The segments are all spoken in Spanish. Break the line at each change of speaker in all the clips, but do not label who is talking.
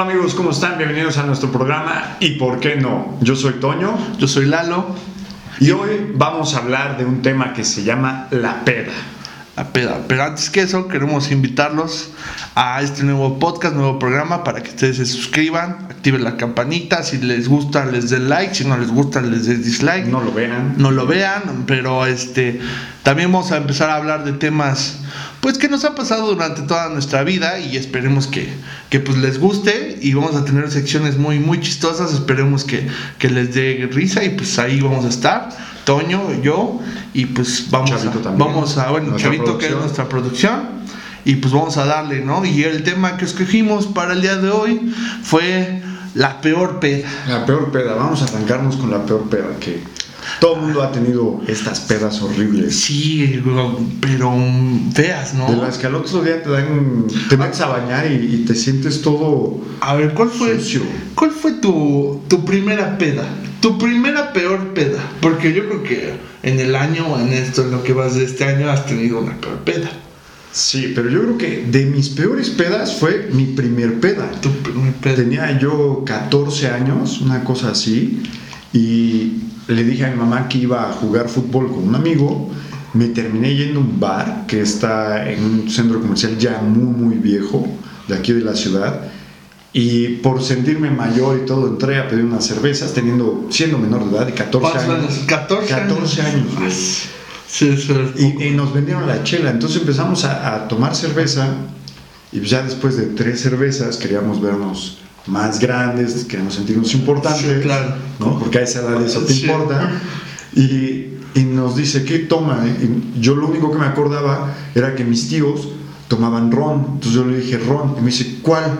amigos, ¿cómo están? Bienvenidos a nuestro programa ¿Y por qué no? Yo soy Toño
Yo soy Lalo.
y hoy vamos a hablar de un tema que se llama la peda.
La peda. Pero antes que eso, queremos invitarlos a este nuevo podcast, nuevo programa, para que ustedes se suscriban, activen la campanita. Si les gusta, les den like. Si no les gusta, les den dislike.
No lo vean.
no lo vean, pero este también vamos a empezar a hablar de temas pues que nos han pasado durante toda nuestra vida y esperemos que, que pues les guste y vamos a tener secciones muy muy chistosas, esperemos que, que les dé risa y pues ahí vamos a estar, Toño, yo y pues vamos
Chavito
a,
también.
vamos a bueno,
Nuestra
Chavito que es
producción.
nuestra producción y pues vamos a darle, ¿no? Y el tema que escogimos para el día de hoy fue la peor peda.
La peor peda, vamos a arrancarnos con la peor peda que todo el mundo ha tenido estas pedas horribles.
Sí, pero feas, ¿no?
De las que al otro día te dan, te metes a bañar y, y te sientes todo
A ver, ¿cuál fue,
Sucio.
¿cuál fue tu, tu primera peda? Tu primera peor peda. Porque yo creo que en el año, o en esto, en lo que vas de este año, has tenido una peor peda.
Sí, pero yo creo que de mis peores pedas fue mi primer peda.
Tu primer peda.
Tenía yo 14 años, una cosa así, y le dije a mi mamá que iba a jugar fútbol con un amigo. Me terminé yendo a un bar que está en un centro comercial ya muy, muy viejo, de aquí de la ciudad. Y por sentirme mayor y todo, entré a pedir unas cervezas, teniendo, siendo menor de edad, de 14
¿Cuántos
años.
años? 14 años.
14 años, güey.
Ah, Sí, eso es poco.
Y, y nos vendieron la chela, entonces empezamos a, a tomar cerveza y ya después de tres cervezas queríamos vernos más grandes, queríamos sentirnos importantes,
Sí, claro.
¿no? porque a esa edad eso te
Sí.
importa. Y, y nos dice, ¿qué toman? Y yo lo único que me acordaba era que mis tíos tomaban ron, entonces yo le dije ron, y me dice, ¿cuál?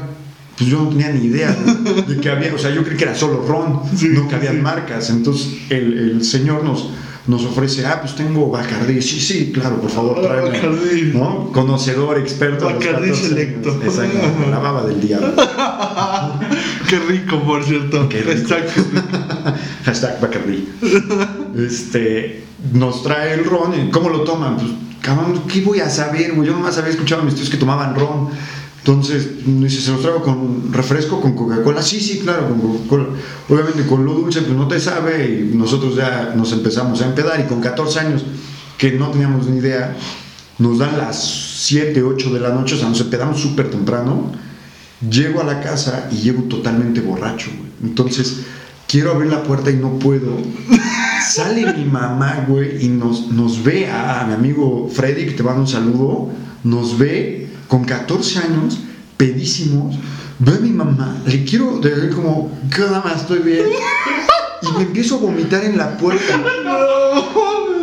Pues yo no tenía ni idea de, de que había, o sea, yo creí que era solo ron,
Sí,
no que había
sí.
marcas. Entonces el, el señor nos, nos ofrece, ah, pues tengo Bacardí. Sí, sí, claro, por favor,
Ah,
tráeme.
Bacardí.
¿No? Conocedor, experto. de los
Bacardí
14 años.
selecto.
Exacto, la baba del diablo.
Qué rico, por cierto.
Qué rico.
Está que-
Hashtag Bacardí. Este, nos trae el ron. y ¿Cómo lo toman? Pues, cabrón, ¿qué voy a saber, güey? Yo nomás había escuchado a mis tíos que tomaban ron. Entonces, me dice, ¿se los traigo con refresco, con Coca-Cola? Sí, sí, claro, con Coca-Cola. Obviamente, con lo dulce, pues no te sabe. Y nosotros ya nos empezamos a empedar. Y con 14 años, que no teníamos ni idea, nos dan las 7, 8 de la noche. O sea, nos empedamos súper temprano. Llego a la casa y llego totalmente borracho, güey. Entonces, quiero abrir la puerta y no puedo. Sale mi mamá, güey, y nos, nos ve a, a mi amigo Freddy, que te manda un saludo. Nos ve con 14 años, pedísimos. Ve a mi mamá, le quiero decir como, ¿qué onda, más? Estoy bien. Y me empiezo a vomitar en la puerta.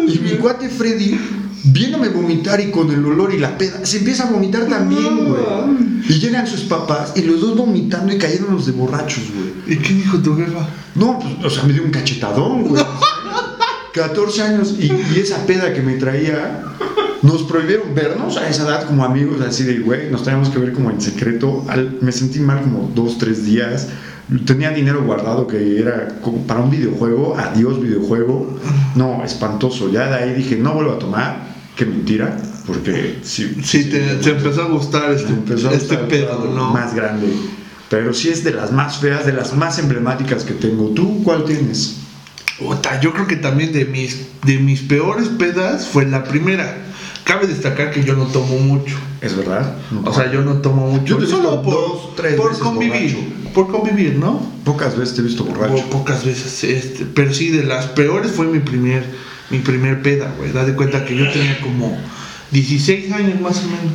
Y mi cuate Freddy, viéndome vomitar y con el olor y la peda, se empieza a vomitar también, güey. Y llegan sus papás y los dos vomitando y cayéndonos de borrachos, güey.
¿Y qué dijo tu jefa?
No, pues, o sea, me dio un cachetadón, güey. 14 años y, y esa peda que me traía, nos prohibieron vernos a esa edad como amigos, así de, güey, nos teníamos que ver como en secreto. Al- me sentí mal como dos, tres días. Tenía dinero guardado que era como para un videojuego, adiós videojuego. No, espantoso. Ya de ahí dije, no vuelvo a tomar, qué mentira, porque sí.
Sí, te, te empezó a gustar este,
Me empezó a
este
gustar
pedo,
todo
¿no?
más grande. Pero sí es de las más feas, de las más emblemáticas que tengo. ¿Tú cuál tienes?
Puta, yo creo que también de mis, de mis peores pedas fue la primera. Cabe destacar que yo no tomo mucho.
Es verdad.
O sea, yo no tomo
Yo
mucho.
te he
solo
visto
por,
dos, tres
por
veces
convivir. Por convivir, ¿no?
pocas veces te he visto borracho.
Po- pocas veces. Este, pero sí, de las peores fue mi primer, mi primer peda, güey. Date cuenta que yo tenía como 16 años más o menos.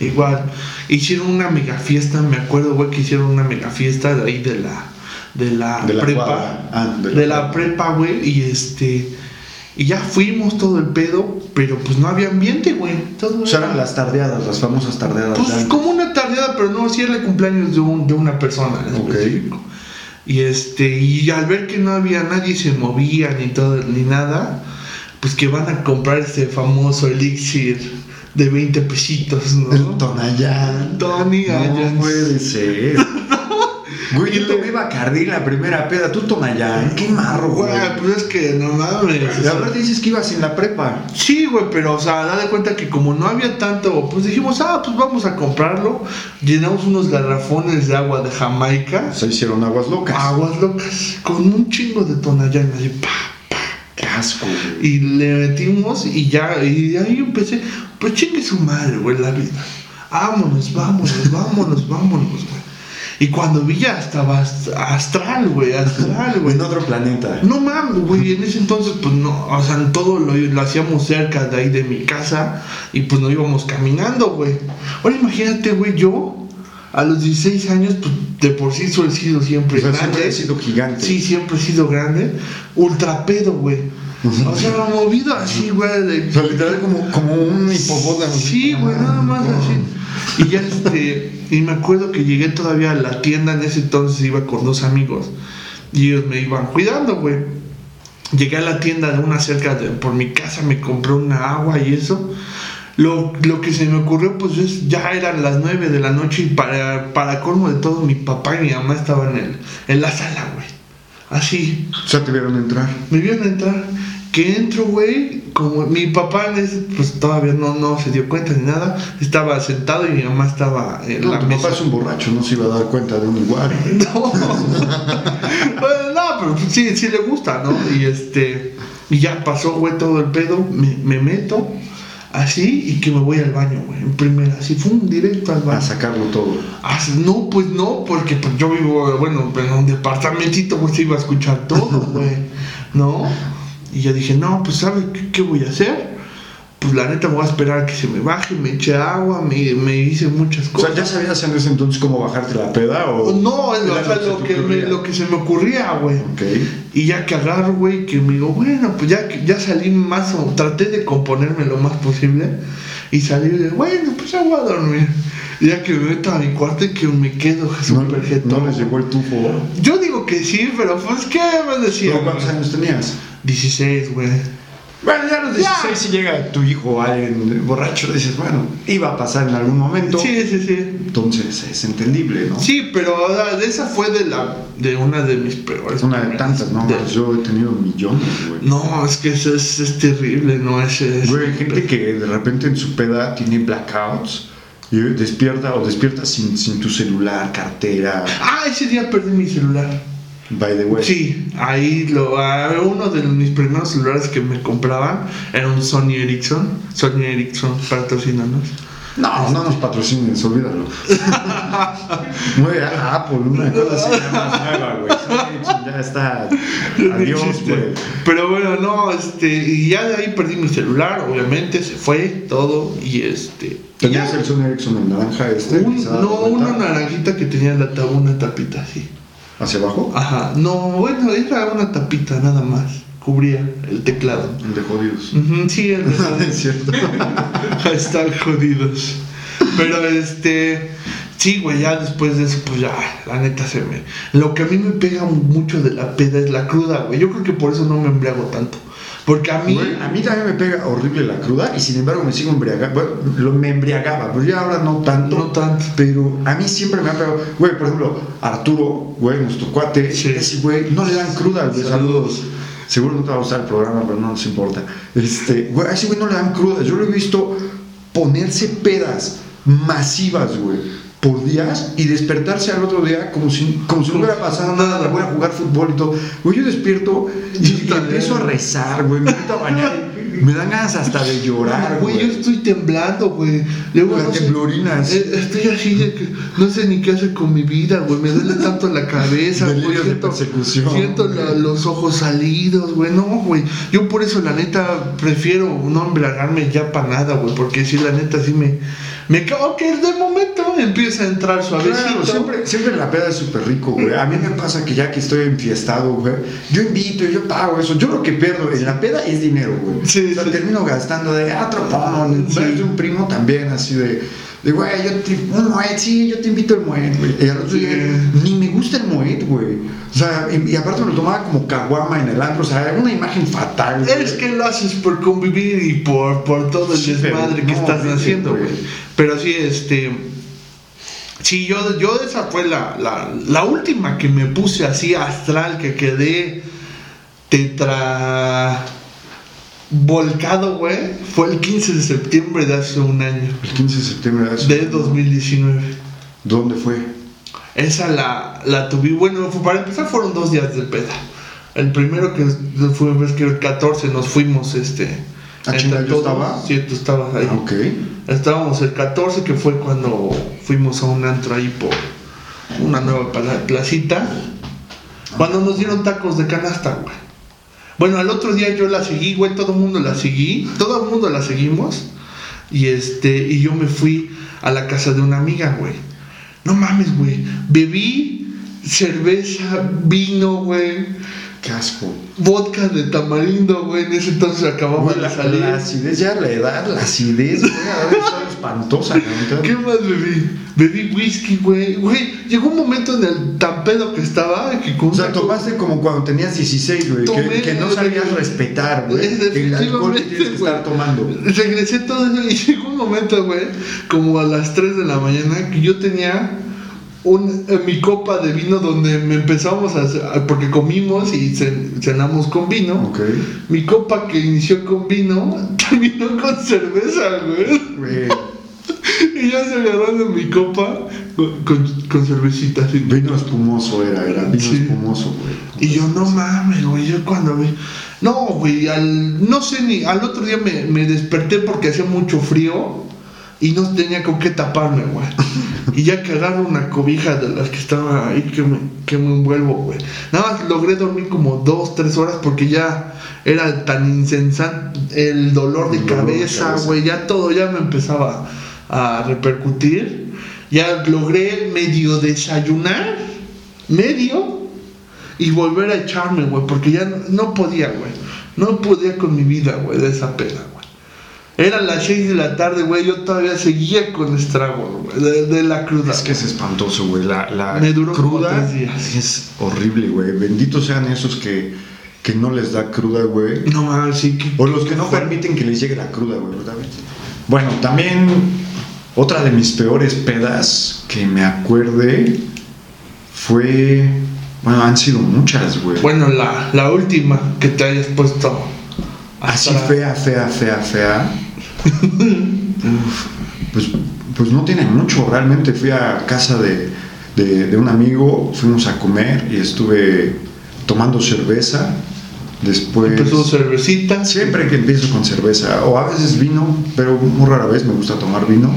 Igual. Hicieron una mega fiesta, me acuerdo, güey, que hicieron una mega fiesta de ahí de la, de la,
De la
prepa
cuadra. Ah, de la
de la prepa, güey, y este y ya fuimos todo el pedo, pero pues no había ambiente, güey. Todo
O sea,
era-
eran las tardeadas, las famosas tardeadas.
pues
ya.
como una tardeada, pero no, si era el cumpleaños de, un- de una persona en
Ok.
específico. Y este, y al ver que no había nadie se movía ni todo ni nada, pues que van a comprar este famoso elixir de 20 pesitos, ¿no?
El Tonayán.
Tony
No
Ayans.
puede ser. Güey, yo tomé Bacardí en la primera peda. Tú toma ya. ¿eh? Qué marro, güey. pues,
Güey, pues es que no mames. o
La
sea,
verdad dices que ibas en la prepa.
Sí, güey, pero, o sea, da de cuenta que como no había tanto, pues dijimos, ah, pues vamos a comprarlo. Llenamos unos garrafones de agua de Jamaica,
Se hicieron aguas locas.
aguas locas, con un chingo de tonallán, así, pa, pa,
Qué asco, güey.
y le metimos y ya, y ahí empecé, pues chingue su madre, güey, la vida. Vámonos, vámonos, vámonos, vámonos, güey. Y cuando vi ya estaba ast- astral, güey, astral, güey.
En otro planeta.
No mames, güey, en ese entonces, pues no, o sea, todo lo, lo hacíamos cerca de ahí de mi casa y pues no íbamos caminando, güey. Ahora imagínate, güey, yo a los 16 años, pues de por sí soy sido siempre
O sea,
grande.
siempre he sido gigante.
pues, Sí, siempre he sido grande. Ultra pedo, güey. O sea, movido así, güey. de-
O sea, literal como, como un hipopótamo. Ah,
Sí, güey, nada más así. Y ya este, y me acuerdo que llegué todavía a la tienda, en ese entonces iba con dos amigos y ellos me iban cuidando, güey. Llegué a la tienda de una cerca de, por mi casa, me compré una agua y eso. Lo, lo que se me ocurrió, pues es, ya eran las 9 de la noche y para, para colmo de todo, mi papá y mi mamá estaban en, en la sala, güey. Así,
O sea, te vieron entrar.
me vieron entrar. Que entro, güey. Como mi papá, en ese, pues todavía no, no se dio cuenta ni nada. Estaba sentado y mi mamá estaba en
No,
la
tu
mesa.
papá es un borracho, no se iba a dar cuenta de un lugar.
No. Bueno, no, pero pues, sí, sí le gusta, ¿no? Y este. Y ya pasó, güey, todo el pedo. Me, me meto así y que me voy al baño, güey. En primera, así, un directo al baño.
A sacarlo todo.
Ah, no, pues no, porque pues, yo vivo, bueno, en un departamentito, pues se iba a escuchar todo, güey, ¿no? Y yo dije, no, pues ¿sabe qué, qué voy a hacer? Pues la neta voy a esperar a que se me baje, me eche agua, me, me hice
O
muchas
sea,
cosas. Pues,
¿ya sabías en ese entonces cómo bajarte la peda o...?
no, es
Era
o sea,
se
lo,
te
que me-
ocurría?
lo que se me ocurría, güey.
Ok.
Y ya que agarro, güey, que me digo, bueno, pues ya, que- ya salí más, o traté de componerme lo más posible. Y salí de, bueno, pues ya voy a dormir. Y ya que me meto a mi cuarto y que me quedo
No,
súper jetón.
no les llegó el tufo.
Yo digo que sí, pero pues, ¿qué me decía?
¿Pero cuántos años tenías?
16, güey.
Bueno, ya a los
Ya.
16 si llega tu hijo alguien borracho, dices, bueno, iba a pasar en algún momento.
Sí, sí, sí.
Entonces es entendible, ¿no?
Sí, pero o sea, esa fue de la de una de mis peores.
Es una de tantas, ¿no?
De-
Yo he tenido millones, güey.
no, es que eso es, es terrible, ¿no? Es, es-
Güey, gente que de repente en su peda tiene blackouts y despierta o despierta sin, sin tu celular, cartera,
Ah, ese día perdí mi celular.
by the way.
Sí, ahí lo, a uno de mis primeros celulares que me compraban era un Sony Ericsson. Sony Ericsson, patrocínanos.
No, no nos patrocines, olvídalo. Güey, a Apple, una cosa así ya más nueva, güey. Sony, Ya está.
Ya no
Adiós,
existe.
güey.
Pero bueno, no, este, y ya de ahí perdí mi celular, obviamente, se fue todo y este. y
¿Tenías
ya.
el Sony Ericsson en naranja este?
Un-
quizá,
no, una
ahorita?
naranjita que tenía la tapa, una tapita así.
¿Hacia abajo?
Ajá, no, bueno, era una tapita nada más, cubría el teclado.
El de jodidos.
Ujú, sí, el
es cierto.
Están jodidos. Pero este. Sí, güey, ya después de eso, pues ya, la neta se me. Lo que a mí me pega mucho de la peda es la cruda, güey. Yo creo que por eso no me embriago tanto. Porque a mí.
Güey, a mí también me pega horrible la cruda y sin embargo me sigo embriagando. Bueno, lo, me embriagaba, pero ya ahora no tanto.
No tanto.
Pero a mí siempre me ha pegado. Güey, por ejemplo, Arturo, güey, nuestro cuate,
Sí.
ese güey, no le dan cruda, güey.
Saludos.
Saludos. Seguro no te va a gustar el programa, pero no nos importa. Este, güey, a ese güey no le dan cruda. Yo lo he visto ponerse pedas masivas, güey, por días y despertarse al otro día como si, como si no hubiera pasado nada. Voy a jugar fútbol y todo. Güey, yo despierto y,
Yo
y
también.
empiezo a rezar, güey. Me meto a bañar. Me dan ganas hasta de llorar,
Ah, güey, yo
güey.
estoy temblando, güey. Luego
Las
no sé-
temblorinas.
Eh, Estoy así, de que no sé ni qué hacer con mi vida, güey. Me duele tanto la cabeza, güey.
Delirios de persecución.
siento la- los ojos salidos, güey. No, güey. Yo por eso, la neta, prefiero no embriagarme ya para nada, güey. Porque si la neta, sí me. Me cago que de momento empieza a entrar suavecito.
Claro, siempre, siempre la peda es súper rico, güey. A mí me pasa que ya que estoy enfiestado, güey, yo invito, yo pago eso. Yo lo que pierdo en la peda es dinero, güey.
Sí,
o sea,
sí.
termino gastando de ah, atropón.
Sí.
de un primo también, así de, de güey, yo te, un moed, sí, yo te invito el moed, güey. Y al otro día,
Sí.
ni me gusta el moed, güey. O sea, y, y aparte me lo tomaba como caguama en el antro, o sea, era una imagen fatal. güey.
Es que lo haces por convivir y por, por todo el
Sí, pero
desmadre que
no,
estás
güey,
haciendo,
güey.
güey. Pero sí, este. Sí, yo, yo esa fue la, la, la última que me puse así astral, que quedé tetra volcado, güey. Fue el 15 de septiembre de hace un año,
El 15 de septiembre de hace-
de 2019.
¿Dónde fue?
Esa la, la tuve, bueno, fue- para empezar fueron dos días de peda. El primero que fue, es que el 14 nos fuimos, este...
Ah,
entre
chinga, ¿yo estaba?
Sí, tú estabas ahí.
Ah, ok.
Estábamos el 14, que fue cuando fuimos a un antro ahí por una nueva pla- placita. Cuando nos dieron tacos de canasta, güey. Bueno, al otro día yo la seguí, güey, todo el mundo la seguí, todo el mundo la seguimos. Y este, y yo me fui a la casa de una amiga, güey. No mames, güey. Bebí cerveza, vino, güey.
Qué asco.
Vodka de tamarindo, güey. En ese entonces acabamos
Güey, la,
de salir.
la acidez, ya la edad, la acidez, güey, ha de haber estado espantosa, cabrón.
¿Qué más bebí? Bebí whisky, güey. Güey, llegó un momento en el tan pedo que estaba que con
O sea,
una-
tomaste como cuando tenías 16, güey, que,
Tomé,
que no
güey.
sabías respetar, güey.
Es
El alcohol que
definitivamente,
tienes que
güey.
estar tomando.
Regresé todo eso y llegó un momento, güey, como a las 3 de la mañana, que yo tenía un, eh, mi copa de vino donde me empezamos a, hacer- a- porque comimos y cen- cenamos con vino.
Ok.
Mi copa que inició con vino terminó con cerveza, güey.
Güey,
Y ya se agarrando mi copa con, con, con cervecita. así.
vino espumoso era, era vino
Sí.
espumoso, güey.
Y yo, no mames, güey, yo cuando vi... No, güey, al... No sé ni... Al otro día me, me desperté porque hacía mucho frío y no tenía con qué taparme, güey. Y ya que agarro una cobija de las que estaba ahí que me, que me envuelvo, güey. Nada más logré dormir como dos, tres horas porque ya era tan incensante el dolor de
El dolor de
cabeza,
cabeza.
güey. Ya todo ya me empezaba a repercutir. Ya logré medio desayunar, medio, y volver a echarme, güey, porque ya no, no podía, güey. No podía con mi vida, güey, de esa pena, güey. Eran las 6 de la tarde, güey, yo todavía seguía con estrago, güey, de, de la cruda.
Es que es espantoso, güey. La, la
Me duró como
cruda
tres días.
es horrible, güey. Benditos sean esos que, que no les da cruda, güey.
No mames, sí que.
O los que no permiten que les llegue la cruda, güey, ¿verdad? Bueno, también otra de mis peores pedas que me acuerde fue. Bueno, han sido muchas, güey.
Bueno, la, la última que te hayas puesto.
Así
hasta-
fea, fea, fea, fea. Uf, pues, pues no tiene mucho, realmente fui a casa de, de- de un amigo, fuimos a comer y estuve tomando cerveza.
pues,
Después...
Empezó cervecita.
Siempre que empiezo con cerveza, o a veces vino, pero muy rara vez me gusta tomar vino.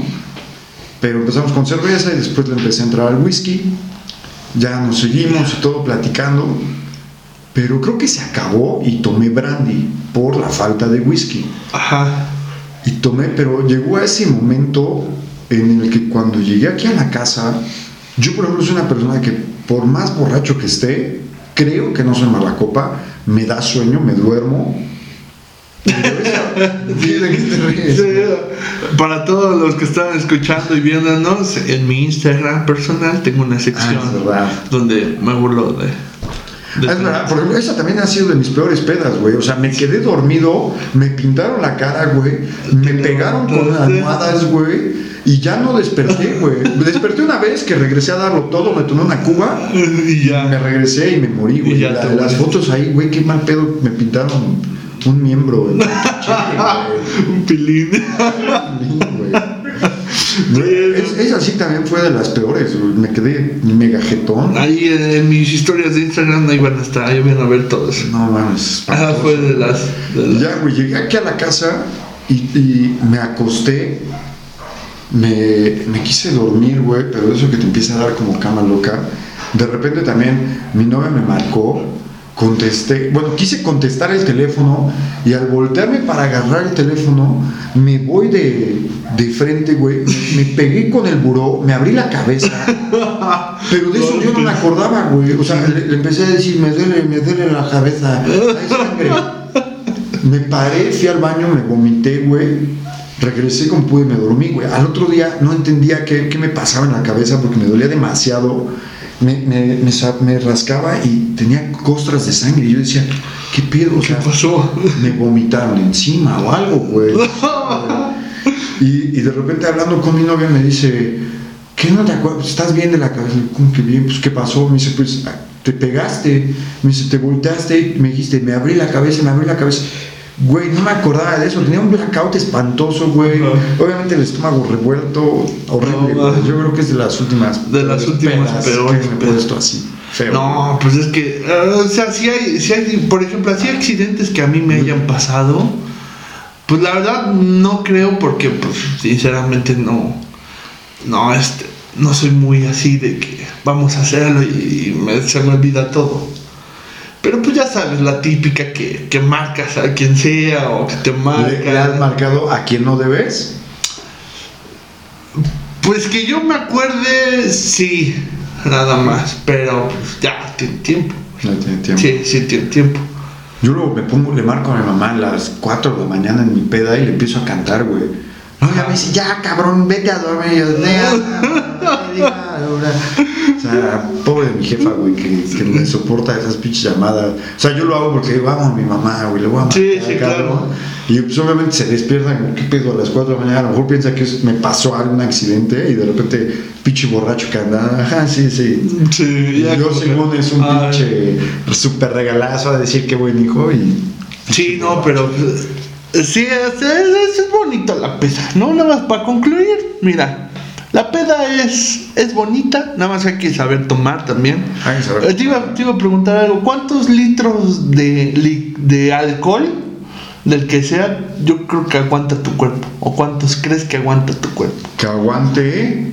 Pero empezamos con cerveza y después le empecé a entrar al whisky. Ya nos seguimos y todo platicando. Pero creo que se acabó y tomé brandy por la falta de whisky.
Ajá.
Y tomé, pero llegó a ese momento en el que cuando llegué aquí a la casa, yo por ejemplo soy una persona que por más borracho que esté, creo que no soy mala copa, me da sueño, me duermo. Pero esa- ¿De qué te ríes?
Sí, para todos los que están escuchando y viéndonos, en mi Instagram personal tengo una sección
Ah, es verdad.
donde me burlo de. de-
Ah, Es verdad, por ejemplo, esa también ha sido de mis peores pedas, güey. O sea, me quedé dormido, me pintaron la cara, güey, me
Te
pegaron con
levantaste.
almohadas, güey, y ya no desperté, güey. Desperté una vez que regresé a darlo todo, me tomé una cuba
y ya.
Me regresé y me morí, güey.
Y ya
La-
te
las
moriste.
fotos ahí, güey, qué mal pedo. Me pintaron un miembro, güey. Cheque,
Un pilín.
güey. Güey, es- Esa sí también fue de las peores, güey. Me quedé mega jetón.
Ahí en, en mis historias de Instagram ahí van a estar, ahí van a ver todos.
No mames.
Ah, fue de las. de
Y
las-
Ya, güey, llegué aquí a la casa y, y me acosté. Me, me quise dormir, güey, pero eso que te empieza a dar como cama loca. De repente también mi novia me marcó, contesté, bueno, quise contestar el teléfono y al voltearme para agarrar el teléfono, me voy de, de frente, güey, me, me pegué con el buró, me abrí la cabeza, pero de eso yo no me acordaba, güey. O sea, le, le empecé a decir, me duele, me duele la cabeza, hay sangre. Me paré, fui al baño, me vomité, güey. Regresé como pude, me dormí, güey. Al otro día no entendía qué, qué me pasaba en la cabeza porque me dolía demasiado. Me, me- me sa- me rascaba y tenía costras de sangre. Y yo decía, ¿qué pedo? O
¿Qué
sea,
pasó?
me vomitaron encima o pues. algo, güey. y, y de repente hablando con mi novia me dice, "¿Qué- ¿qué no te acuerdas? ¿Estás bien de la cabeza? Le digo, ¿Cómo que bien? Pues, ¿qué pasó? Me dice, pues, ah, te pegaste. Me dice, te volteaste. Me dijiste, me abrí la cabeza, me abrí la cabeza. Güey, no me acordaba de eso. Tenía un blackout espantoso, güey.
No.
Obviamente el estómago revuelto, horrible.
No,
güey. Yo creo que es de las últimas.
De las últimas
pedas
peores
que me he
pedas.
puesto así. Feo.
No, pues es que, eh, o sea, si hay, si hay, por ejemplo, así accidentes que a mí me hayan pasado, pues la verdad no creo porque, pues, sinceramente no, no, este, no soy muy así de que vamos a hacerlo y, me- se me olvida todo. Pero pues ya sabes, la típica que, que marcas a quien sea o que te
¿Le, le has
marca.
marcado a quien no debes?
Pues que yo me acuerde, sí, nada más, pero pues ya, tiene tiempo.
No tiene tiempo.
Sí, sí, tiene tiempo.
Yo luego me pongo, le marco a mi mamá a las 4 de la mañana en mi peda y le empiezo a cantar, güey. No, ya me dice, ya cabrón, vete a dormir. Y yo, "Nea, no me digas, ahora". O sea, pobre de mi jefa, güey, que, que me soporta esas pinches llamadas. O sea, yo lo hago porque digo, amo a mi mamá, güey, le voy a marcar,
Sí, sí, claro.
Y pues obviamente se despierta, como, ¿qué pedo? A las 4 de la mañana, a lo mejor piensa que es- me pasó algún accidente y de repente, pinche borracho que anda, ajá, sí, sí.
Sí, ya
Yo
como que- Ah,
según es un
Ay.
pinche super regalazo a decir qué buen hijo y...
Sí, no, pero. eh, Sí, es, es- es bonito la peda, ¿no? Nada más para concluir, mira. La peda es, es bonita, nada más hay que saber tomar también.
Hay que saber
Eh, te, iba, te iba a preguntar algo, ¿cuántos litros de, li- de alcohol, del que sea, yo creo que aguanta tu cuerpo? ¿O cuántos crees que aguanta tu cuerpo?
Que aguante,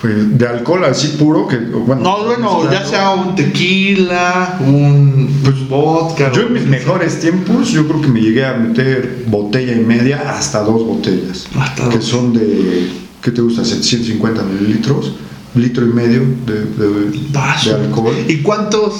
pues, de alcohol así puro, que... Bueno, pues,
No, bueno, ya
mezclado.
sea un tequila, un pues, vodka.
Yo
o-
en mis mejores tiempos, yo creo que me llegué a meter botella y media hasta dos botellas.
Hasta
que
dos.
son de, ¿qué te gusta? 750 mililitros, litro y medio de, de- de
Vaso.
alcohol.
¿Y cuántos,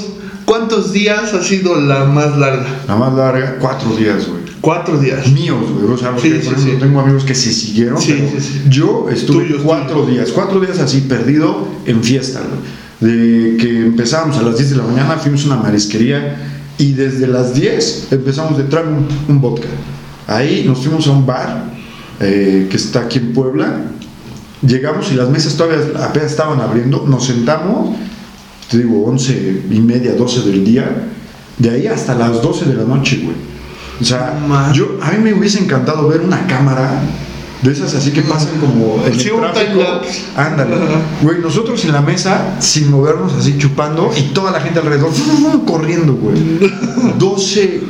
cuántos días ha sido la más larga?
La más larga, cuatro días, güey.
Cuatro días.
míos, güey. O sea, porque
Sí,
por
sí,
ejemplo,
sí.
tengo amigos que se siguieron.
Sí,
pero
sí, sí.
Yo estuve
Tuyos,
cuatro días, cuatro días así perdido en fiesta, güey. De que empezamos a las 10 de la mañana, fuimos a una marisquería y desde las 10 empezamos de traer un, un vodka. Ahí nos fuimos a un bar eh, que está aquí en Puebla. Llegamos y las mesas todavía apenas estaban abriendo. Nos sentamos, te digo, 11 y media, 12 del día. De ahí hasta las 12 de la noche, güey. O sea,
No mames.
yo, a mí me hubiese encantado ver una cámara de esas así que pasan como en el
Sí, un
tráfico.
timelapse.
Ándale.
Ajá.
Güey, nosotros en la mesa, sin movernos así, chupando, y toda la gente alrededor, corriendo, güey. 12,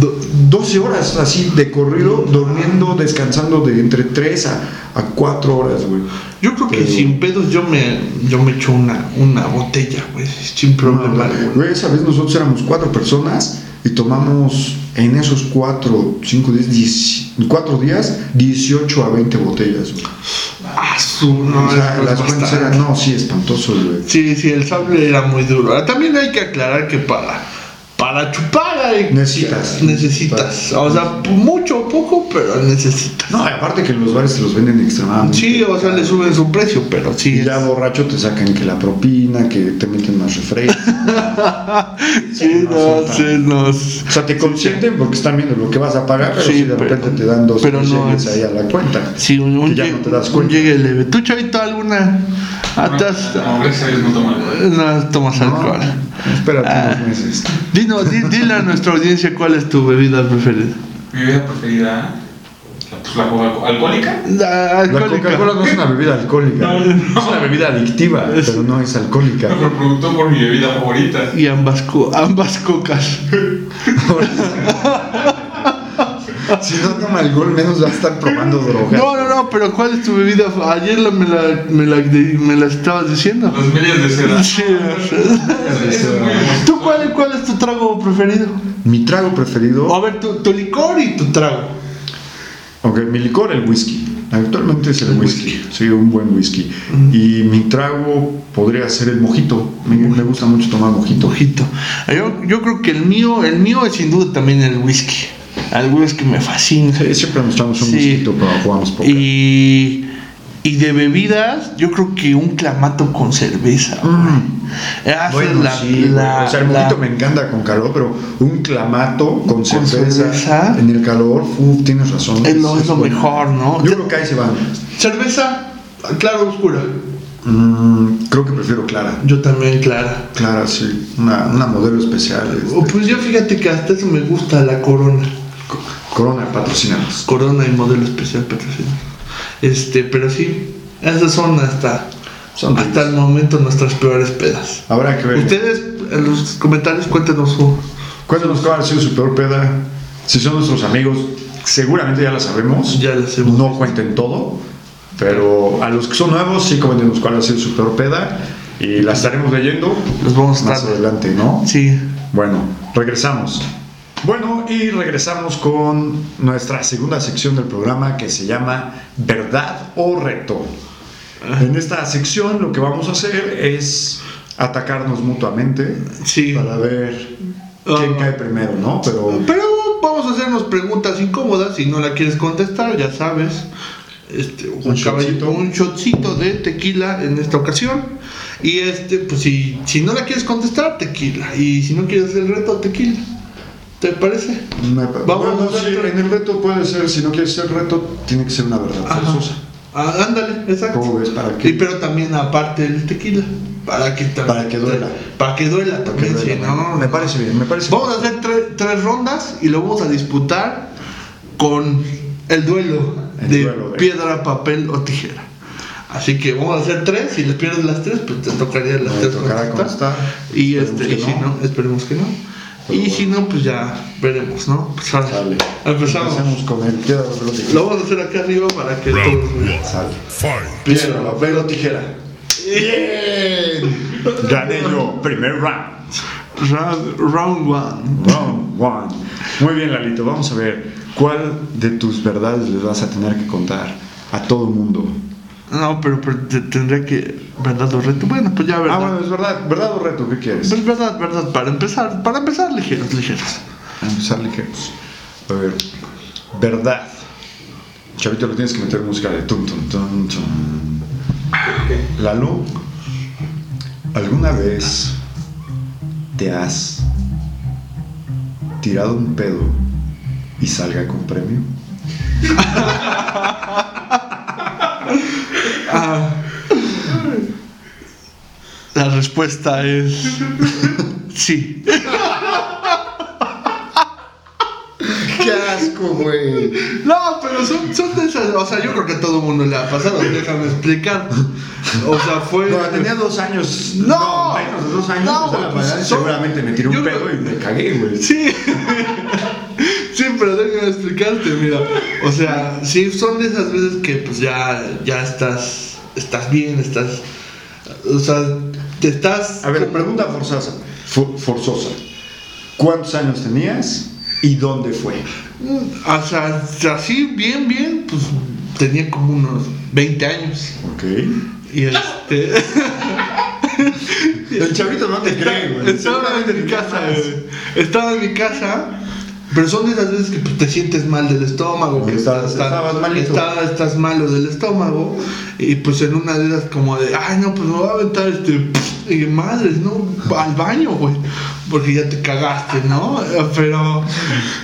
do- 12 horas así de corrido, durmiendo, descansando de entre 3 a, a 4 horas, güey.
Yo creo que
Pero-
sin pedos yo me, yo me echo una, una botella, güey, sin problema. güey.
Güey, esa vez nosotros éramos cuatro personas y tomamos en esos cuatro, cinco, diez, dieci- cuatro días 18 a 20 botellas, güey.
Ah, su, no,
o sea,
es
las
bastante.
cuentas eran, no, sí, espantoso, güey.
Sí, sí, el sable era muy duro. Ahora, También hay que aclarar que para, para chupar hay-
Necesitas.
Necesitas. O sea, mucho o poco, pero necesitas.
No, y aparte que en los bares te los venden extremadamente.
Sí, o sea, le suben su precio, pero sí.
Y ya
es-
borracho te sacan que la propina, que te meten más refresco.
sí, no,
no,
sí, no.
O sea, te consienten porque están viendo lo que vas a pagar, pero
Sí,
si de
pero-
repente te dan dos
pero no
cheques
es-
ahí a la cuenta.
Sí, un, un
Que ya
llegue-
no te das
un
cuenta.
llegue leve. ¿Tú, Chavito, alguna? Atrás,
No, gracias a Dios no tomo alcohol.
no tomas alcohol.
No, espérate
Ah.
unos meses.
Dino, di- dile a nuestra audiencia cuál es tu bebida preferida.
Mi bebida preferida, la- pues la coca alco- alcohólica.
La
La
alcohólica.
Coca-Cola no es una bebida alcohólica.
No, no.
Es una bebida adictiva, pero no es alcohólica.
Me preguntó por mi bebida favorita.
y ambas, co- ambas cocas.
si no toma alcohol, menos va a estar probando drogas.
No, no, no, pero ¿cuál es tu bebida? fa- Ayer la- me, la, me, la, de- me la estabas diciendo.
Las medias de seda.
Sí.
Eso es muy bueno.
¿Tú cuál, cuál es tu trago preferido?
Mi trago
A
preferido.
ver, tu, tu licor y tu trago.
Ok, mi licor, el whisky. Actualmente es el
El
whisky. Sí, un buen whisky. Y mi trago podría ser el mojito. Me, me gusta mucho tomar mojito.
Ojito. Yo, yo creo que el mío, el mío es sin duda también el whisky. Al whisky me fascina.
Sí, siempre nos echamos un
Sí.
whisky cuando jugamos poker.
Y, y de bebidas, yo creo que un clamato con cerveza. Ah,
Mm,
Esa es
bueno,
la-
sí, güey.
la-
o sea, el
la-
mojito me encanta con calor, pero un clamato con, cerveza,
cerveza.
en el calor, uf, tienes razón.
Es lo- es lo
bueno.
mejor, ¿no?
Yo creo que ahí se van.
Cerveza clara oscura.
Mm, creo que prefiero Clara.
Yo también, Clara.
Clara, sí. Una, una modelo especial. este.
O, Pues yo fíjate que hasta eso me gusta la corona.
Co- Corona, patrocinados.
Corona y modelo especial patrocinio. Este, pero sí, esas son hasta,
Son
hasta el momento nuestras peores pedas.
Habrá que ver.
Ustedes en los comentarios cuéntenos su.
Cuéntanos cuál ha sido su peor peda. Si son nuestros amigos, seguramente ya la sabemos.
Ya la sabemos.
No cuenten todo. Pero a los que son nuevos, sí coméntenos cuál ha sido su peor peda. Y la estaremos leyendo
Los vamos a
más
estar-
adelante, ¿no?
Sí.
Bueno, regresamos. Bueno, y regresamos con nuestra segunda sección del programa que se llama ¿Verdad o Reto? En esta sección lo que vamos a hacer es atacarnos mutuamente
Sí.
para ver quién
Ah.
cae primero, ¿no? Pero
Pero vamos a hacernos preguntas incómodas. Si no la quieres contestar, ya sabes. Este, un,
Un
caballito,
shotcito.
un shotcito de tequila en esta ocasión. Y este, pues si, si no la quieres contestar, tequila. Y si no quieres hacer el reto, tequila. ¿Te parece?
me-
Vamos
bueno,
a hacer
sí,
otro.
en el reto puede ser, si no quieres ser reto, tiene que ser una verdad
Ajá.
forzosa.
Ah, ándale, exacto.
¿Cómo ves? ¿Para qué?
Y pero también aparte del tequila. Para que, tam-
Para que duela.
Para que duela
Porque
también. sí,
bueno,
no,
me parece bien, me parece
Pues Vamos a hacer tre- tres rondas y lo vamos a disputar con el duelo
El
de
duelo de-
piedra, papel o tijera. Así que vamos a hacer tres, si les pierdes las tres, pues te tocaría las
Me
tres
tocará contestar.
contestar. Y,
Esperemos
este, y
que
si
no.
no, esperemos que no.
Pero
y si no, pues ya veremos, ¿no? Pues ahora,
Sale.
empezamos.
Empezamos con el piedra, papel o tijera.
Lo vamos a hacer acá arriba para que todos vean.
Sale.
Fight.
Piedra, papel o tijera. Bien. Gané yo, primer round.
Round, round one.
Round one. Muy bien, Lalito. Vamos a ver cuál de tus verdades les vas a tener que contar a todo mundo.
No, pero, pero te- tendría que. ¿Verdad o reto? Bueno, pues ya verdad.
Ah, bueno, es verdad. ¿Verdad o reto? ¿Qué quieres?
Pues verdad, verdad, para empezar, para empezar ligeros, ligeros.
Empezar ligeros. A ver. Verdad. Chavito, le tienes que meter música de tum, tum, tum, tum. Lalo, ¿alguna vez te has tirado un pedo y salga con premio?
La respuesta es sí.
¡Qué asco, güey!
No, pero son, son de esas, o sea, yo creo que a todo mundo le ha pasado, déjame explicar. O sea, fue...
Cuando tenía dos años.
No.
menos de dos años.
No,
pues, a la
pues,
verdad,
son-
seguramente me tiré un
yo-
pedo y me cagué, güey.
Sí. Sí, pero déjame explicarte, mira. O sea, sí, son de esas veces que pues ya, ya estás, estás bien, estás... O sea, te estás...
A ver, pregunta forzosa. Fo- forzosa. ¿Cuántos años tenías y dónde fue?
mm, O sea, así, bien, bien, pues tenía como unos 20 años.
Ok.
Y este.
El chavito no te cree, güey.
estaba en mi casa, güey. Estaba en mi casa. Pero son de esas veces que pues, te sientes mal del estómago, que
Estabas- estabas malito.
está- estás malo del estómago y pues en una de esas como de, ay no, pues me voy a aventar este, y madres, no, al baño, güey, porque ya te cagaste, ¿no? Pero,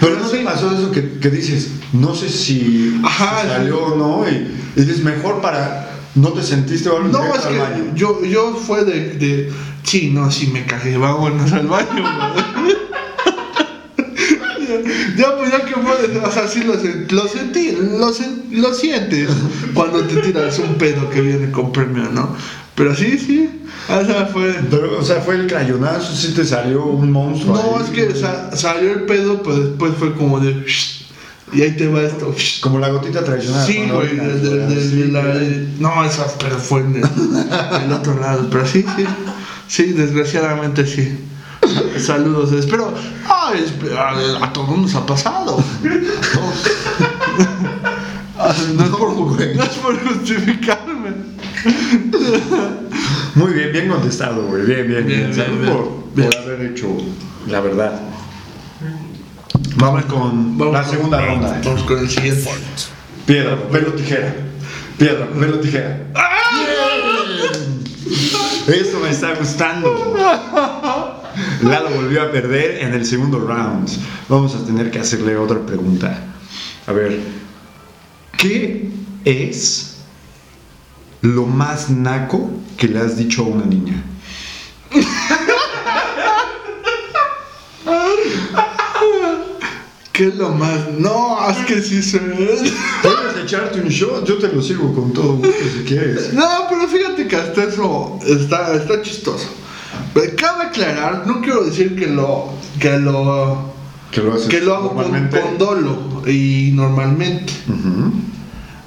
Pero no te
sí.
pasó eso que, que dices, no sé si
Ajá.
si salió o no, y, y dices, mejor para. No te sentiste o algo
No,
directo
es
al
que
baño.
yo, yo fue de, de. Sí, no, sí me cagué, vámonos al baño. güey. ya, pues ya que fue, o sea, sí lo, sen- lo sentí, lo, sen- lo sientes cuando te tiras un pedo que viene con premio, ¿no? Pero sí, sí, o sea, fue.
Pero, o sea, fue el crayonazo, sí te salió un monstruo.
No,
ahí,
es que
güey.
sa- salió el pedo, pues después fue como de. Y ahí te va esto.
Como la gotita tradicional.
Sí,
cuando
güey.
orinas,
de- de-
güey,
de-
así,
de la-
güey.
no, esa, pero fue en el, del otro lado. Pero sí, sí. Sí, desgraciadamente sí. Saludos, espero. Ah, es- a, a todos nos ha pasado. Ah, No, es por,
güey.
no es por justificarme.
Muy bien, bien contestado, güey. Bien, bien, bien.
Bien,
Salud
bien, bien.
por,
Bien.
por haber hecho la verdad. Vamos con
Vamos
la
con-
segunda ronda. eh.
Vamos con el siguiente.
Piedra, papel o tijera. Piedra, papel o tijera.
¡Ah!
Bien. Esto me está gustando. Lalo volvió a perder en el segundo round. Vamos a tener que hacerle otra pregunta. A ver, ¿qué es lo más naco que le has dicho a una niña?
¿Qué es lo más? No, es que sí se
Puedes echarte un shot, yo te lo sirvo con todo gusto si quieres.
No, pero fíjate que hasta eso está, está chistoso. Pero cabe aclarar, no quiero decir que lo que lo
Que lo haces
que lo hago con,
normalmente.
con dolo y normalmente.
Ujú.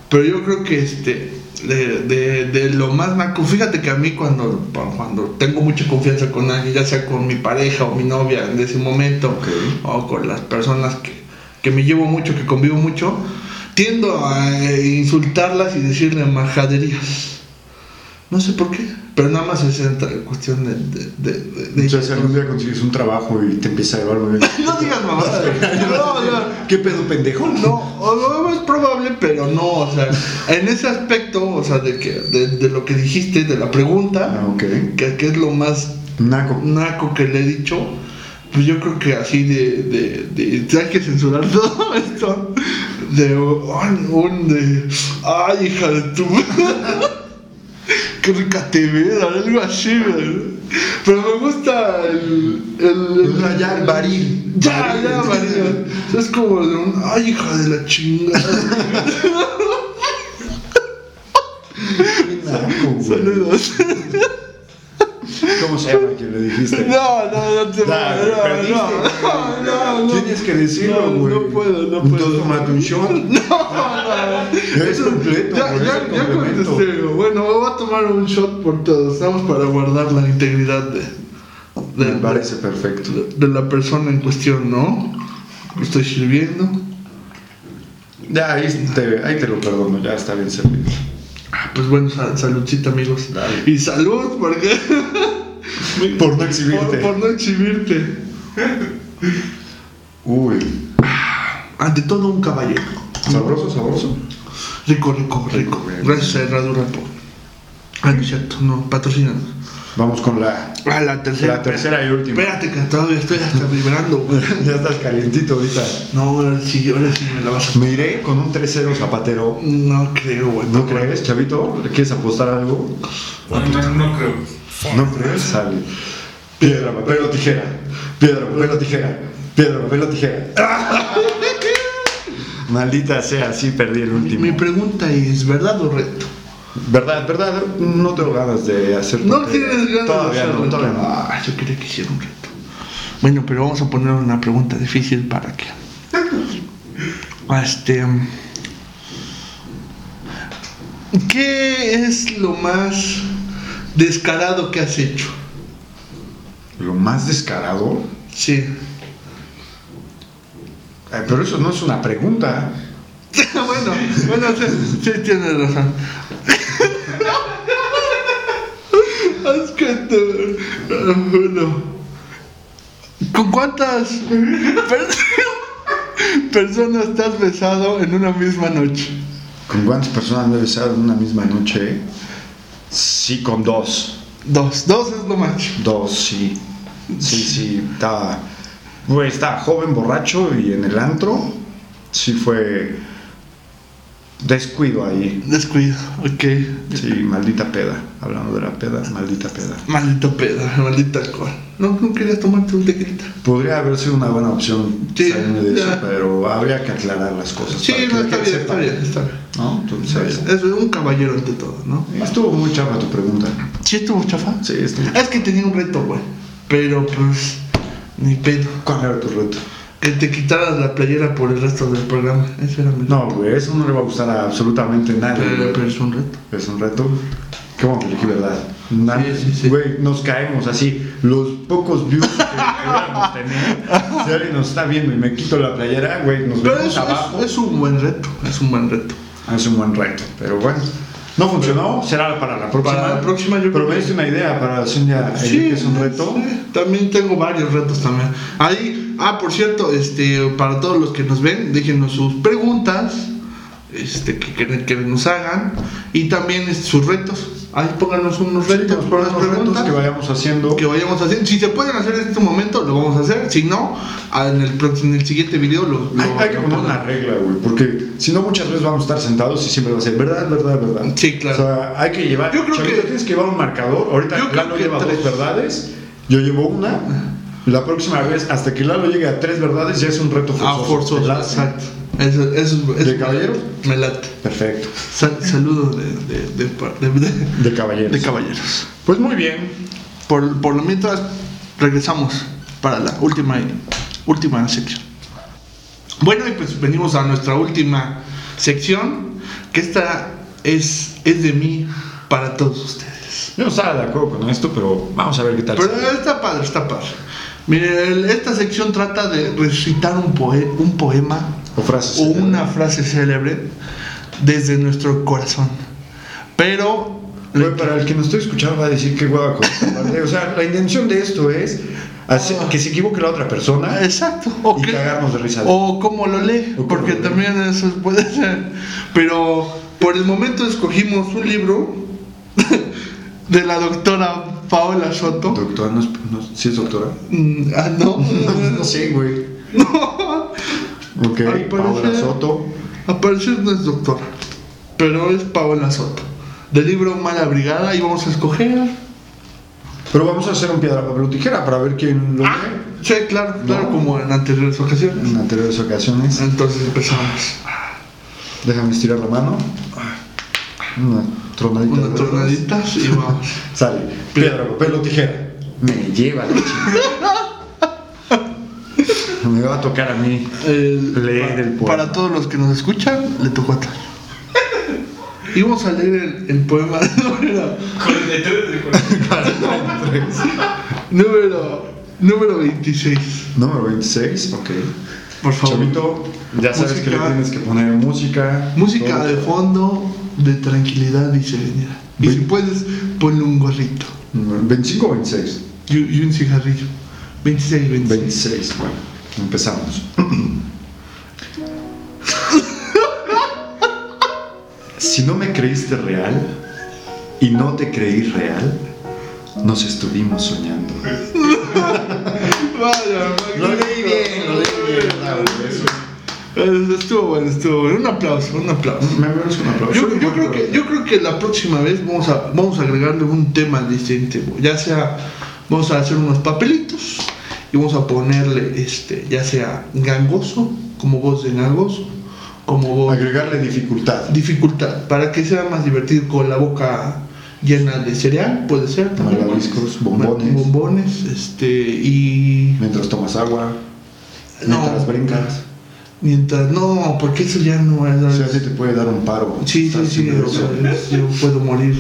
Pero yo creo que este de, de- de lo más naco, fíjate que a mí cuando, cuando tengo mucha confianza con alguien, ya sea con mi pareja o mi novia en ese momento,
Ok.
o con las personas que, que me llevo mucho, que convivo mucho, tiendo a eh, insultarlas y decirle majaderías. No sé por qué, pero nada más es en tra- cuestión de... de- de- de- de-
O sea, si algún día consigues un trabajo y te empieza a evaluar.
no digas mamadas. No, no.
¿Qué pedo pendejo?
No, o lo más probable, pero no, o sea, en ese aspecto, o sea, de, que, de, de lo que dijiste, de la
Ah,
pregunta,
ok.
que, que es lo más
Naco.
naco que le he dicho, pues yo creo que así de, de, de- de- hay que censurar todo esto, de un, un de, ay, hija de tu... Qué rica te ves, algo así, ¿verdad? Pero me gusta el. el,
O sea, ya el varil.
Ya,
Varil.
ya, varil. Es como de un. ¡Ay, hija de la chingada!
Naco, güey.
Saludos.
¿Cómo se llama quien le dijiste?
No, no, no te
Ya, güey,
no,
perdiste,
no,
güey.
no, no.
Tienes que decirlo,
No,
güey.
No puedo, no
Entonces,
puedo.
tómate un shot.
No, no.
Ya es completo,
Ya,
güey, es
ya,
un
ya
complemento.
contesté. Bueno, voy a tomar un shot por todos. Estamos para guardar la integridad de,
Me
de,
parece perfecto.
de la persona en cuestión, ¿no? Me estoy sirviendo.
Ya, ahí te, ahí te lo perdono, ya está bien servido.
Ah, Pues bueno, sal- saludcita, amigos.
Dale.
Y salud, porque.
Por no exhibirte.
Por, por no exhibirte.
Uy,
Ante todo, un caballero.
sabroso, sabroso.
Rico, rico, rico.
Rico, rico.
Gracias a Herradura por. Ah, no es cierto, no, patrocinanos.
Vamos con la,
Ah, la tercera.
la tercera y última.
Espérate, que todavía estoy hasta vibrando, güey.
Ya estás calientito ahorita.
No, ahora sí, ahora sí me la vas a.
Me iré con un 3-0 zapatero.
No creo, güey.
¿No crees, chavito? ¿Le quieres apostar algo?
No, no, no creo.
¿No crees? Sale. Piedra, papel o tijera. Piedra, papel o tijera. Piedra, papel o tijera. Maldita sea, sí perdí el
Mi, mi
último.
pregunta es: ¿verdad o reto?
¿Verdad, verdad? No tengo ganas de hacer
No
tonterías.
tienes ganas
Todavía
de hacer
no,
reto.
todavía no.
Ah, yo quería que hiciera un reto. Bueno, pero vamos a poner una pregunta difícil para que. Este. ¿Qué es lo más descarado que has hecho?
Lo más descarado.
Sí.
Eh, pero eso no es una pregunta.
bueno, bueno, sí, sí tienes razón. es que te... ah, Bueno. ¿Con cuántas per- personas te has besado en una misma noche?
¿Con cuántas personas me he besado en una misma noche? Sí, con dos.
Dos, dos es lo más.
Dos, sí. Sí, sí, estaba. Güey, estaba joven, borracho y en el antro. Sí fue. Descuido ahí.
Descuido, ok.
Sí, maldita peda. Hablando de la peda, maldita peda.
Maldito pedo, maldito alcohol. No, no querías tomarte un tequilita.
Podría haber sido una buena opción
Sí,
salirme de eso,
ya.
pero habría que aclarar las cosas.
Sí,
Pues para que la
no, está
gente
bien,
sepa,
está bien, está bien.
¿no? Entonces,
Es un caballero ante todo, ¿no?
estuvo muy chapa tu pregunta.
¿Sí estuvo chafa?
Sí, estuvo.
Es que tenía un reto, güey. Pero pues, ni pedo.
¿Cuál era tu reto?
Que te quitaras la playera por el resto del programa. Eso era mi
No, güey, eso no le va a gustar a absolutamente nadie.
Pero,
güey.
pero es un reto.
Es un reto. Qué bueno que elegí, ¿verdad? Na-
Sí, sí, sí.
Güey, nos caemos así. Los pocos views que hubiéramos tenido. Si alguien nos está viendo y me quito la playera, güey, nos
Pero
vemos
es,
abajo.
es- es un buen reto. Es un buen reto.
Es un buen reto, pero bueno. No funcionó, será para la próxima.
Para la próxima yo creo
Pero me
que-
diste una idea para si un día eliges un reto.
sí. También tengo varios retos también. Ahí, ah, por cierto, este, para todos los que nos ven, déjenos sus preguntas. Este, que, que, que nos hagan. Y también este, sus retos. ahí pónganos unos retos,
Nos
unas
ponemos preguntas
preguntas
que vayamos haciendo.
que vayamos haciendo. Si se pueden hacer en este momento, lo vamos a hacer. Si no, a- en el, pro- en el siguiente video lo, lo-
Hay, hay que
lo
poner una
pongan.
regla, güey, porque si no muchas veces vamos a estar sentados y siempre va a ser verdad, verdad, verdad.
Sí, claro.
O sea, hay que llevar.
Yo creo
Chavito,
que-
tienes que llevar un marcador. Ahorita
Yo creo
Lalo
que
lleva
tres.
dos verdades, yo llevo una. La próxima vez, hasta que Lalo llegue a tres verdades, ya es un reto
Ah,
forzoso.
forzoso.
¿Verdad?
Exacto. Eso, eso, eso
¿De caballeros?
Me late.
Perfecto.
Sal- saludo de, de, de, par- de- de-
De caballeros.
de caballeros.
pues muy bien.
Por, por lo mientras, regresamos para la última, última sección. Bueno, y pues venimos a nuestra última sección, que esta es, es de mí para todos ustedes.
Yo no estaba de acuerdo con esto, pero vamos a ver qué tal.
Pero
sale.
está padre, está padre. Mire, el- esta sección trata de recitar un, poe- un poema
o frases.
o una frase célebre desde nuestro corazón. Pero
Güey, para el que nos estoy escuchando va a decir qué hueva con esta parte. O sea, la intención de esto es hacer
Ah.
que se equivoque la otra persona.
Exacto. O
Y
que-
cagarnos de risa.
O cómo lo lee,
O cómo
porque
lo lee.
también eso puede ser. Pero por el momento escogimos un libro de la doctora Paola Soto.
Doctora, no es, no, ¿sí es doctora?
Mm, Ah, no.
No sé, güey. Ok,
Al parecer-
Paola Soto.
Al parecer no es doctora, pero es Paola Soto. Del libro Mala Brigada y vamos a escoger.
Pero vamos a hacer un piedra, papel o tijera para ver quién lo
Ah,
ve
sí, claro, claro,
No.
como en anteriores ocasiones.
en anteriores ocasiones.
Entonces empezamos.
Déjame estirar la mano. Una tronadita. de
Una
dedos.
tornadita y vamos.
Sale. Piedra, papel o tijera. Me lleva la chingada. Me va a tocar a mí.
El-
Leer
pa-
el poema.
Para todos los que nos escuchan, le tocó a tal. Íbamos a leer el, el poema número,
43 de 43.
número, número 26.
Número 26, ok.
Por favor.
Chavito, ya sabes que le
Música.
tienes que poner música.
Música
todo.
de fondo, de tranquilidad y serenidad. Y si
Ve-
puedes, ponle un gorrito
¿25 o 26?
y, y un cigarrillo. 26, 26.
26, bueno, empezamos. si no me creíste real y no te creí real, nos estuvimos soñando.
Vaya, magnífico. Eh, Estuvo bueno, estuvo bueno. Un aplauso, un aplauso.
Me merezco un aplauso.
Yo, yo creo que, yo creo que la próxima vez vamos a, vamos a agregarle un tema distinto. Ya sea, vamos a hacer unos papelitos y vamos a ponerle, este, ya sea gangoso, como voz de gangoso, como voz
Agregarle dificultad.
dificultad, para que sea más divertido con la boca llena de cereal, puede ser. también.
Malvaviscos, bombones.
Bombones, este, y...
Mientras tomas agua,
No.
mientras brincas.
Mientras, no, porque eso ya no es...
O sea, sí te puede dar un paro.
Sí, sí,
Estás
sí,
siempre
o sea,
drogado.
es- yo puedo morir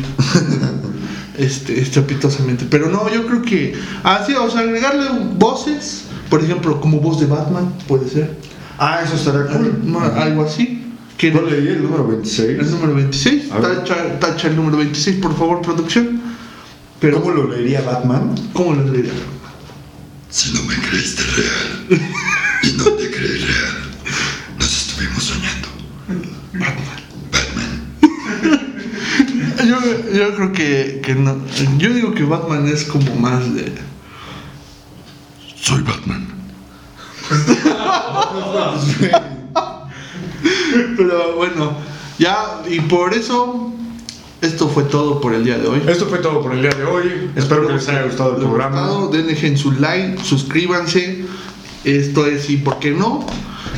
este, estrepitosamente. Pero no, yo creo que. Ah, sí, o sea, agregarle voces, por ejemplo, como voz de Batman, puede ser.
Ah, eso estará cool.
No, algo así. Que
Yo leí el número 26.
el número 26.
A ver.
Tacha, tacha el número 26, por favor, producción. Pero,
¿Cómo lo leería Batman?
¿Cómo lo leería?
Si no me creíste real y no te creí real, nos estuvimos soñando.
Yo, yo creo que, que no. Yo digo que Batman es como más de.
Soy Batman.
Pero bueno, ya, y por eso, esto fue todo por el día de hoy.
Esto fue todo por el día de hoy. Espero que les haya gustado el
Les ha
programa.
gustado, Denle en su like, suscríbanse. Esto es y por qué no.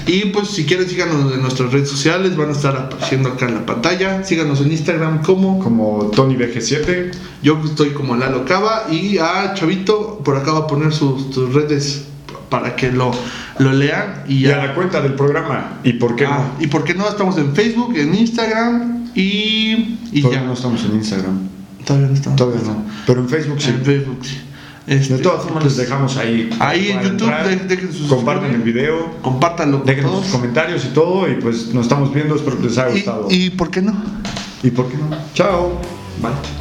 Y pues si quieren síganos en nuestras redes sociales, van a estar apareciendo acá en la pantalla. Síganos en Instagram como
Como Tony BG7.
yo estoy como Lalo Cava y a Chavito por acá va a poner sus, sus redes para que lo, lo lean y
Y
ya.
a la cuenta del programa. ¿Y por qué
Ah, y por qué no estamos en Facebook, en Instagram y, y
no? Todavía
ya.
no estamos en Instagram.
Todavía no estamos.
Todavía no. Pero en Facebook sí.
En Facebook, sí. Este,
De todas formas les dejamos ahí.
ahí en
para
YouTube
entrar.
de- dejen sus-
Compartan el video.
compártanlo con
Dejen
todos.
sus comentarios y todo. Y pues nos estamos viendo. Espero que les haya
Y-
gustado.
y por qué no?
¿Y por qué no? Chao. Bye.